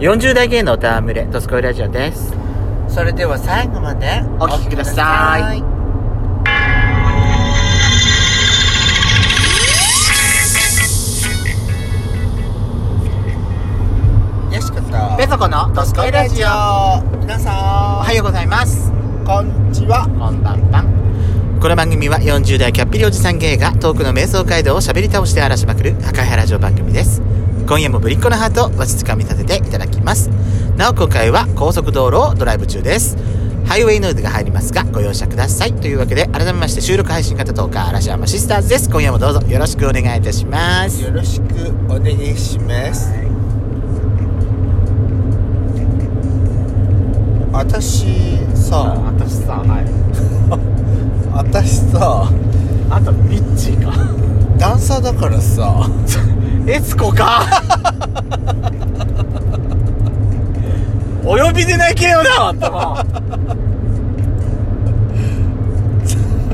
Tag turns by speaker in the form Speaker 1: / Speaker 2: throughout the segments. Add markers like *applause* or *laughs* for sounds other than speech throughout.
Speaker 1: 40代芸能たわむれ、ドスコイラジオです。
Speaker 2: それでは最後まで
Speaker 1: お聞きくださ
Speaker 2: お聞き
Speaker 1: い
Speaker 2: くださいよしこと
Speaker 1: ソコのドスコ
Speaker 2: 皆さん
Speaker 1: おはようございます。
Speaker 2: こんにちは
Speaker 1: こんばんは。この番組は40代キャッピリおじさん芸がトークの瞑想街道を喋り倒して荒らしまくる破壊派ラジオ番組です。今夜もぶりっ子のハートをわしつかみ立てていただきます。なお今回は高速道路をドライブ中です。ハイウェイノイズが入りますがご容赦ください。というわけで改めまして収録配信型トーカー嵐山シスターズです。今夜もどうぞよろしくお願いいたします
Speaker 2: よ。ろしくお願いします私さ
Speaker 1: 私さ、はい。
Speaker 2: 私さ
Speaker 1: あとミッチーか。 *laughs*
Speaker 2: ダンサーだからさ
Speaker 1: エツコか *laughs* お呼びでない系よなあんたも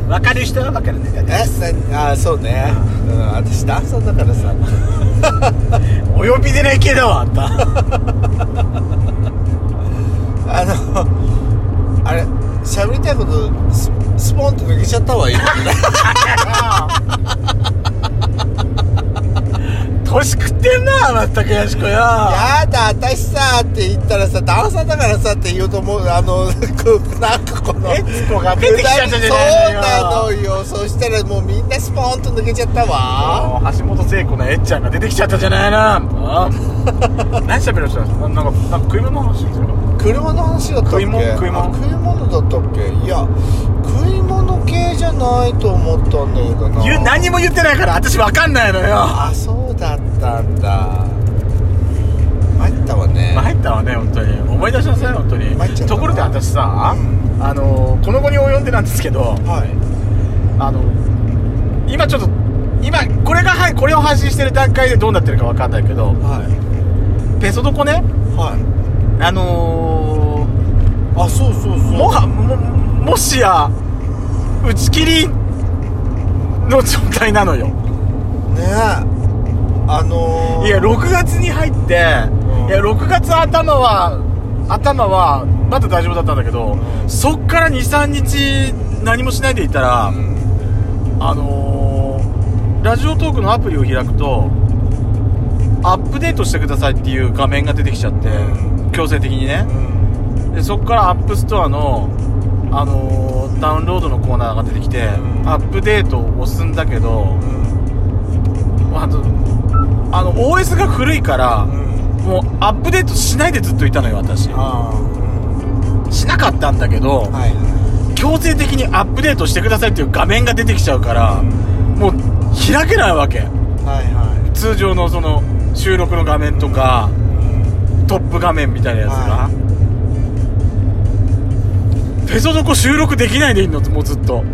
Speaker 1: 分かる人は分かるんだよね
Speaker 2: えなあそうね、うん、私ダンサーだからさ
Speaker 1: *laughs* お呼びでない系だわあ
Speaker 2: *laughs*
Speaker 1: んた
Speaker 2: あのあれ喋りたいことススポンと抜けちゃったわ今
Speaker 1: 年食ってんなまったくやしこよ
Speaker 2: やだ私さって言ったらさダンサーだからさって言うと思うあの *laughs* こうなんかこの
Speaker 1: エツコが出てきちゃったじゃ
Speaker 2: そ
Speaker 1: ないう
Speaker 2: なのよそしたらもうみんなスポンと抜けちゃったわ
Speaker 1: もう橋本聖子のえっちゃんが出てきちゃったじゃないなあんた何しゃべろうとしたんなんかなんか食い物の話ですよ
Speaker 2: 車の話だったっ
Speaker 1: 食
Speaker 2: け
Speaker 1: い物食い物
Speaker 2: あ食い物だったっけいや食い物系じゃないと思ったんだけどな
Speaker 1: 言う何も言ってないから私分かんないのよ
Speaker 2: あそうだったんだ参ったわね
Speaker 1: 参ったわね本当に思い出しなさい本当に
Speaker 2: 参っちゃった
Speaker 1: ところで私さ、
Speaker 2: う
Speaker 1: あのこの後に及んでなんですけど
Speaker 2: はい
Speaker 1: あの今ちょっと今これがはいこれを配信してる段階でどうなってるかわかんないけど
Speaker 2: はい
Speaker 1: ペソドコね
Speaker 2: はい
Speaker 1: あの
Speaker 2: あそうそうそう
Speaker 1: ー、もはももしや打ち切りの状態なのよ
Speaker 2: ねえあのー、
Speaker 1: いや6月に入って、
Speaker 2: ん
Speaker 1: いや6月頭は頭はまだ大丈夫だったんだけど、
Speaker 2: うん
Speaker 1: そっから23日何もしないでいたら、
Speaker 2: うん
Speaker 1: あのー、ラジオトークのアプリを開くとアップデートしてくださいっていう画面が出てきちゃって、
Speaker 2: うん
Speaker 1: 強制的にね
Speaker 2: う、ん
Speaker 1: でそこからアップストアの、あのーダウンロードのコーナーが出てきて、
Speaker 2: うん
Speaker 1: アップデートを押すんだけど、あのあの OS が古いから、
Speaker 2: うん
Speaker 1: もうアップデートしないでずっといたのよ私
Speaker 2: あー
Speaker 1: しなかったんだけど、
Speaker 2: うんはい
Speaker 1: 強制的にアップデートしてくださいっていう画面が出てきちゃうか
Speaker 2: う
Speaker 1: ら、
Speaker 2: ん
Speaker 1: もう開けないわけ
Speaker 2: はいは
Speaker 1: 通常のその収録の画面とか
Speaker 2: い、うん、
Speaker 1: トップ画面みたいなやつが、
Speaker 2: は
Speaker 1: フェソドコ収録できないでいんのもうずっと
Speaker 2: うん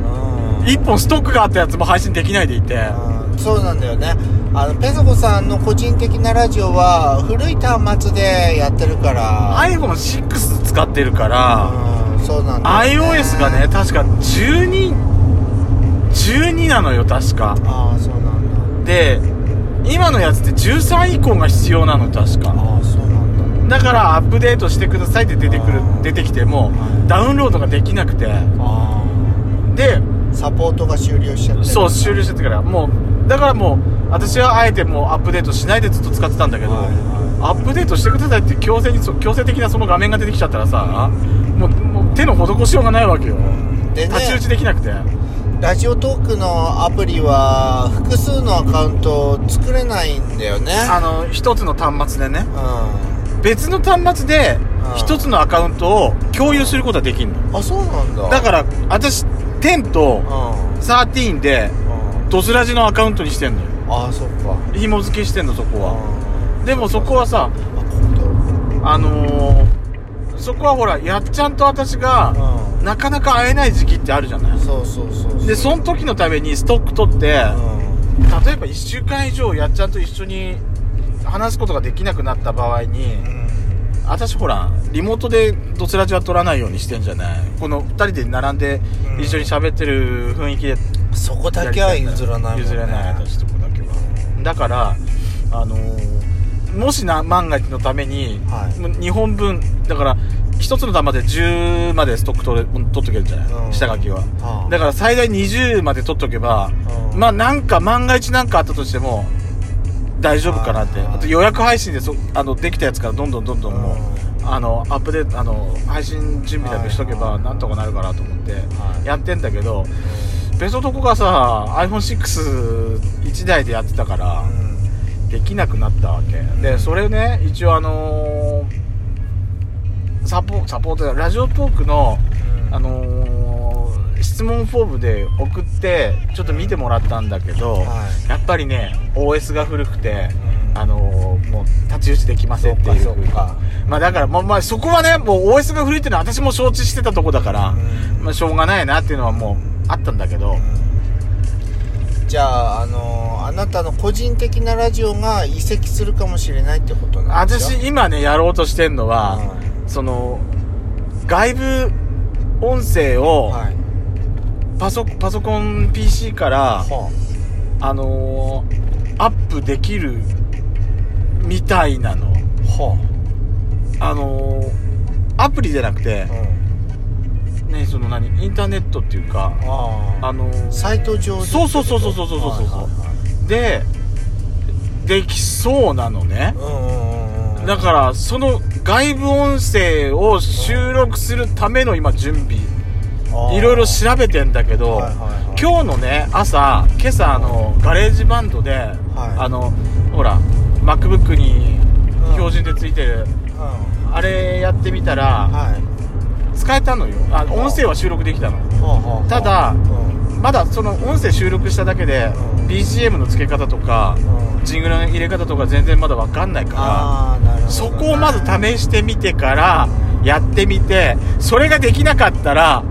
Speaker 1: 1本ストックがあったやつも配信できないでいて
Speaker 2: うんそうなんだよねあのペソコさんの個人的なラジオは古い端末でやってるから
Speaker 1: iPhone6 使ってるから、
Speaker 2: うんそうなんだよ、
Speaker 1: iOS がね確か1212なのよ確か
Speaker 2: ああそうなんだ
Speaker 1: で今のやつって13以降が必要なの確か
Speaker 2: ああそうなんだ
Speaker 1: だからアップデートしてくださいって出てくる
Speaker 2: あー
Speaker 1: 出てきても
Speaker 2: はい
Speaker 1: ダウンロードができなくて
Speaker 2: あ
Speaker 1: で
Speaker 2: あサポートが終了しちゃってる
Speaker 1: そう終了しててからもうだからもう私はあえてもうアップデートしないでずっと使ってたんだけど、
Speaker 2: はいは
Speaker 1: アップデートしてくださいって強制にそ強制的なその画面が出てきちゃったらさもうもう手の施しようがないわけよ
Speaker 2: でね
Speaker 1: 太刀打ちできなくて
Speaker 2: ラジオトークのアプリは複数のアカウントを作れないんだよね
Speaker 1: あの一つの端末で
Speaker 2: う
Speaker 1: ね別の端末で
Speaker 2: うん
Speaker 1: 一つのアカウントを共有することはできんの
Speaker 2: んあそうなんだ
Speaker 1: だから私10と
Speaker 2: うんうん
Speaker 1: 13でドスラジのアカウントにしてんのよ
Speaker 2: ああそっか
Speaker 1: 紐付けしてんのそこは
Speaker 2: あ
Speaker 1: でもそこはさ
Speaker 2: あ今度
Speaker 1: あのー、そこはほらやっちゃんと私が
Speaker 2: う
Speaker 1: なかなか会えない時期ってあるじゃない
Speaker 2: んそうそうそうそう
Speaker 1: でその時のためにストック取って
Speaker 2: う
Speaker 1: 例えば1週間以上やっちゃんと一緒に話すことができなくなった場合に
Speaker 2: ん
Speaker 1: 私ほらリモートでどちらじは取らないようにしてんじゃないこの2人で並んで
Speaker 2: うん
Speaker 1: 一緒に喋ってる雰囲気で
Speaker 2: そこだけは譲らないもん、ね、
Speaker 1: 譲れない私とこだけはだからあのーもしな万が一のために、
Speaker 2: はい
Speaker 1: もう2本分だから1つの玉で10までストック取れ取っとけるじゃない、
Speaker 2: うん
Speaker 1: 下書きは、
Speaker 2: ああ
Speaker 1: だから最大20まで取っとけば、
Speaker 2: うん
Speaker 1: まあなんか万が一なんかあったとしても大丈夫かなって
Speaker 2: ああ
Speaker 1: あと予約配信でそあのできたやつからどんどんどんどんもう、あのアップデートあの配信準備だけしとけば
Speaker 2: はい
Speaker 1: なんとかなるかなと思って
Speaker 2: はい
Speaker 1: やってんだけど別のとこがさ iPhone61 台でやってたから
Speaker 2: うん
Speaker 1: できなくなったわけでそれね一応あのーサポサポートラジオトークの、
Speaker 2: うん
Speaker 1: あのー質問フォームで送ってちょっと見てもらったんだけど、
Speaker 2: はい
Speaker 1: やっぱりね OS が古くて、
Speaker 2: うん
Speaker 1: あのーもう太刀打ちできませんっていう
Speaker 2: そうかそうか
Speaker 1: まあだから、まあ、まあそこはねもう OS が古いっていうのは私も承知してたとこだから、
Speaker 2: うん
Speaker 1: まあ、しょうがないなっていうのはもうあったんだけど、
Speaker 2: じゃあ、あのあなたの個人的なラジオが移籍するかもしれないってことなんですよ
Speaker 1: 私今ねやろうとしてんのは、その外部音声
Speaker 2: うん
Speaker 1: を
Speaker 2: はい
Speaker 1: パソ,、パソコン PC から、
Speaker 2: は
Speaker 1: あのーアップできるみたいなの
Speaker 2: あは
Speaker 1: あのーアプリじゃなくて
Speaker 2: あ、うん
Speaker 1: ねその何インターネットっていうか
Speaker 2: ああ
Speaker 1: あのー
Speaker 2: サイト上で
Speaker 1: そうそうそうそうそうそうそうそ
Speaker 2: はいはい
Speaker 1: う
Speaker 2: はい
Speaker 1: でできそうなのね
Speaker 2: うんうんうんうん
Speaker 1: だからその外部音声を収録するための今準備
Speaker 2: あー
Speaker 1: いろいろ調べてんだけど、
Speaker 2: はいはいはい
Speaker 1: 今日のね朝今朝あのガレージバンドで、あのほら MacBook に
Speaker 2: うん
Speaker 1: 標準でついてる、
Speaker 2: うんは
Speaker 1: あれやってみたら
Speaker 2: い
Speaker 1: 使えたのよあ音声は収録できたの
Speaker 2: はあはあ
Speaker 1: ただ
Speaker 2: うん
Speaker 1: まだその音声収録しただけで
Speaker 2: うん
Speaker 1: BGM の付け方とか
Speaker 2: うん
Speaker 1: ジングルの入れ方とか全然まだ分かんないか
Speaker 2: ああなるほど
Speaker 1: ら
Speaker 2: ね
Speaker 1: そこをまず試してみてからやってみてそれができなかったら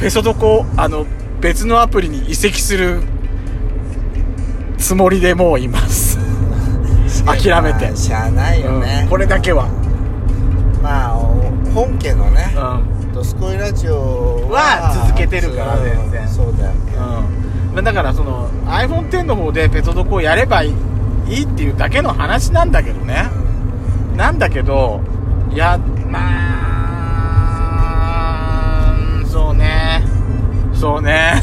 Speaker 1: ペソドコあの別のアプリに移籍するつもりでもういます、諦めて
Speaker 2: まあしゃあないよね、
Speaker 1: うんこれだけは、
Speaker 2: まあお本家のね
Speaker 1: うん
Speaker 2: ドスコイラジオ
Speaker 1: は続けてるから全然
Speaker 2: そうだよね
Speaker 1: うんまあだからその iPhone10 の方でペトドコをやればいいいいっていうだけの話なんだけどねなんだけどいやまあうんそうねそうね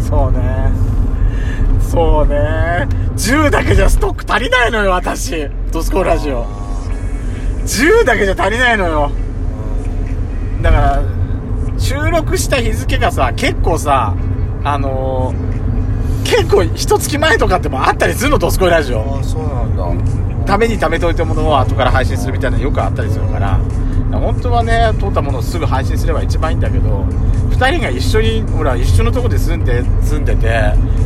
Speaker 1: そうねそうね10だけじゃストック足りないのよ私ドスコラジオ10だけじゃ足りないのよだから収録した日付がさ結構さあのー結構一月前とかってもあったりするの「ドスコイラジオ
Speaker 2: ああそうなんだ」
Speaker 1: ために貯めておいたものを後から配信するみたいなのよくあったりするから本当はね撮ったものをすぐ配信すれば一番いいんだけど2人が一緒にほら一緒のとこで住んで住んでて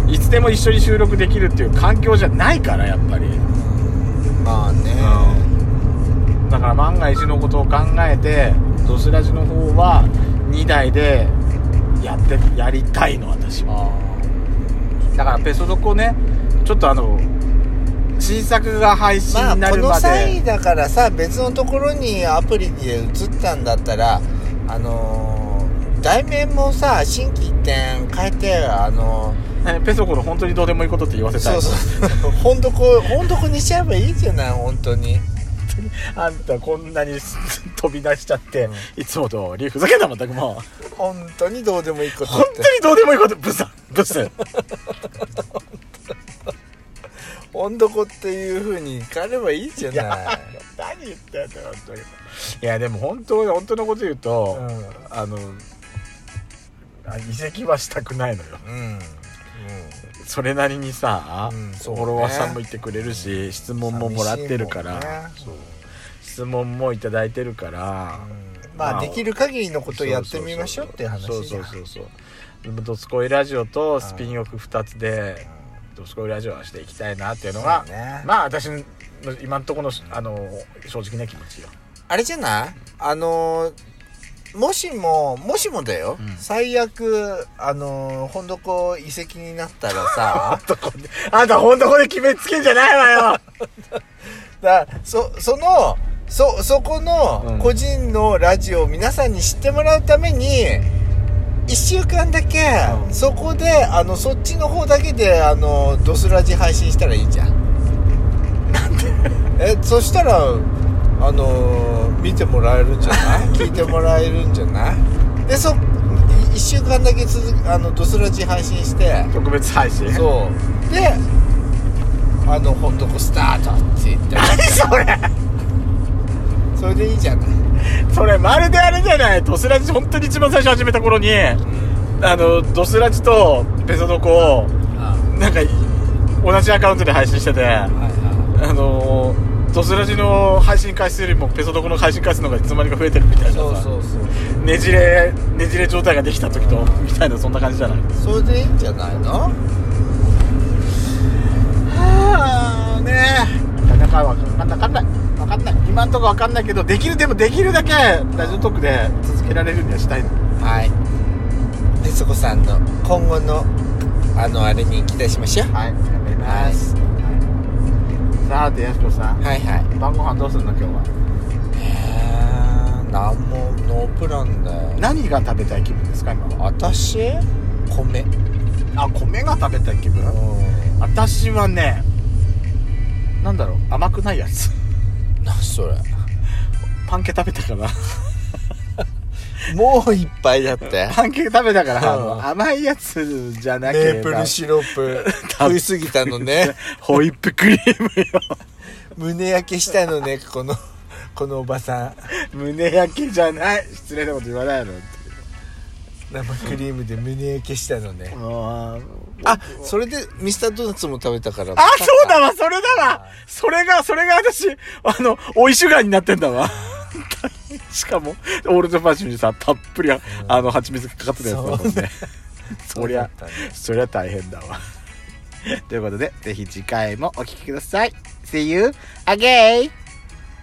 Speaker 1: いつでも一緒に収録できるっていう環境じゃないからやっぱり。
Speaker 2: まあね
Speaker 1: だから万が一のことを考えてドスラジの方は2台でやってやりたいの私はだからペソドコねちょっとあの新作が配信
Speaker 2: まあ
Speaker 1: にな
Speaker 2: こ
Speaker 1: る
Speaker 2: の
Speaker 1: ま
Speaker 2: 際
Speaker 1: で、
Speaker 2: だからさ別のところにアプリで移ったんだったらあのー題名もさ新規一点変えてあのー
Speaker 1: ねペソコの本当にどうでもいいことって言わせたい
Speaker 2: そうそう *laughs* 本どこ本どこにしちゃえばいいじゃない本当に
Speaker 1: あんたこんなに *laughs* 飛び出しちゃって、いつも通りふざけんな全くもう
Speaker 2: 本当にどうでもいいこと
Speaker 1: 本
Speaker 2: って
Speaker 1: 当にどうでもいいことブス
Speaker 2: *laughs*
Speaker 1: ブス
Speaker 2: 本どこっていうふうに変えればいいじゃない
Speaker 1: *laughs* 何言ってんだよ本当にいやでも本当本当のこと言うと、
Speaker 2: うん
Speaker 1: あのあ移籍はしたくないのよ
Speaker 2: うん
Speaker 1: それなりにさ、
Speaker 2: うん
Speaker 1: フ
Speaker 2: そうね
Speaker 1: ォロワーさんもいてくれるし、質問ももらってるから、
Speaker 2: 寂しいもんね
Speaker 1: 質問もいただいてるから、
Speaker 2: うんまあできる限りのことをやってみましょうっていう話
Speaker 1: そうそう
Speaker 2: じ
Speaker 1: そうそうでもドスコイラジオとスピンオフ2つで、ドスコイラジオはしていきたいなっていうのが、
Speaker 2: そうね
Speaker 1: まあ私の今のところのあの正直な気持ちよ
Speaker 2: ゃんあれじゃないあのーもしももしもだよ、
Speaker 1: うん
Speaker 2: 最悪あのー本床遺跡になったらさ
Speaker 1: あんたほんとこで決めつけんじゃない
Speaker 2: *laughs*
Speaker 1: わよ
Speaker 2: だそそのそそこ
Speaker 1: うん
Speaker 2: の個人のラジオを皆さんに知ってもらうために1週間だけ、
Speaker 1: うん
Speaker 2: そこであのそっちの方だけであのドスラジ配信したらいいじゃん *laughs* えそしたらあのー見てもらえるんじゃ
Speaker 1: *laughs*
Speaker 2: ない聞いてもらえるんじゃないでそ1週間だけ続くあのドスラジ配信して
Speaker 1: 特別配信
Speaker 2: そうであのほんとこスタートって言って
Speaker 1: 何それ
Speaker 2: それでいいじゃない
Speaker 1: それまるであれじゃないドスラジ本当に一番最初始めた頃にあのドスラジとベソドコを
Speaker 2: あ
Speaker 1: なんか同じアカウントで配信してて
Speaker 2: は
Speaker 1: あ
Speaker 2: いは
Speaker 1: のドスラジの配信回数よりもベソドコの配信回数の方がいつの間にか増えてるみたい
Speaker 2: い
Speaker 1: な
Speaker 2: そう
Speaker 1: さ
Speaker 2: そうそう
Speaker 1: ねじれねじれ状態ができた時とみたいなそんな感じじゃない
Speaker 2: それでいいんじゃないの
Speaker 1: はあねえなかなかわかんないわかんないわかんない今んとこわかんないけどできるでもできるだけラジオトークで続けられるにはしたいの
Speaker 2: はい徹子さんの今後のあのあれに期待しましょう
Speaker 1: はいやめます、さあてやすこさん
Speaker 2: はいはい
Speaker 1: 晩ご飯どうするの今日は
Speaker 2: えー、なんもノープランだよ
Speaker 1: 何が食べたい気分ですか今は
Speaker 2: 私米
Speaker 1: あ米が食べたい気分
Speaker 2: うん
Speaker 1: 私はねなんだろう甘くないやつ *laughs*
Speaker 2: 何それ
Speaker 1: パンケ食べたから *laughs*
Speaker 2: もういっぱいだって
Speaker 1: パンケ食べたからあの
Speaker 2: うん
Speaker 1: 甘いやつじゃな
Speaker 2: メ
Speaker 1: ければ
Speaker 2: ープルシロップ *laughs* 食いすぎたのね
Speaker 1: ホイップクリームよ
Speaker 2: *laughs* 胸焼けしたのねこのこのおばさ
Speaker 1: 胸焼けじゃない失礼なこと言わないの
Speaker 2: ん生クリームで胸焼けしたのね
Speaker 1: あ
Speaker 2: あそれでミスタードーナツも食べたから
Speaker 1: あそうだわそれだわそれがそれが私あのおいシュガーになってんだわしかもオールドファッションにさたっぷりああの蜂蜜かかってたやつだもん *laughs*
Speaker 2: そ
Speaker 1: ねそりゃ
Speaker 2: そうだった
Speaker 1: そりゃ大変だ *laughs* わということでぜひ次回もお聴きください See you again!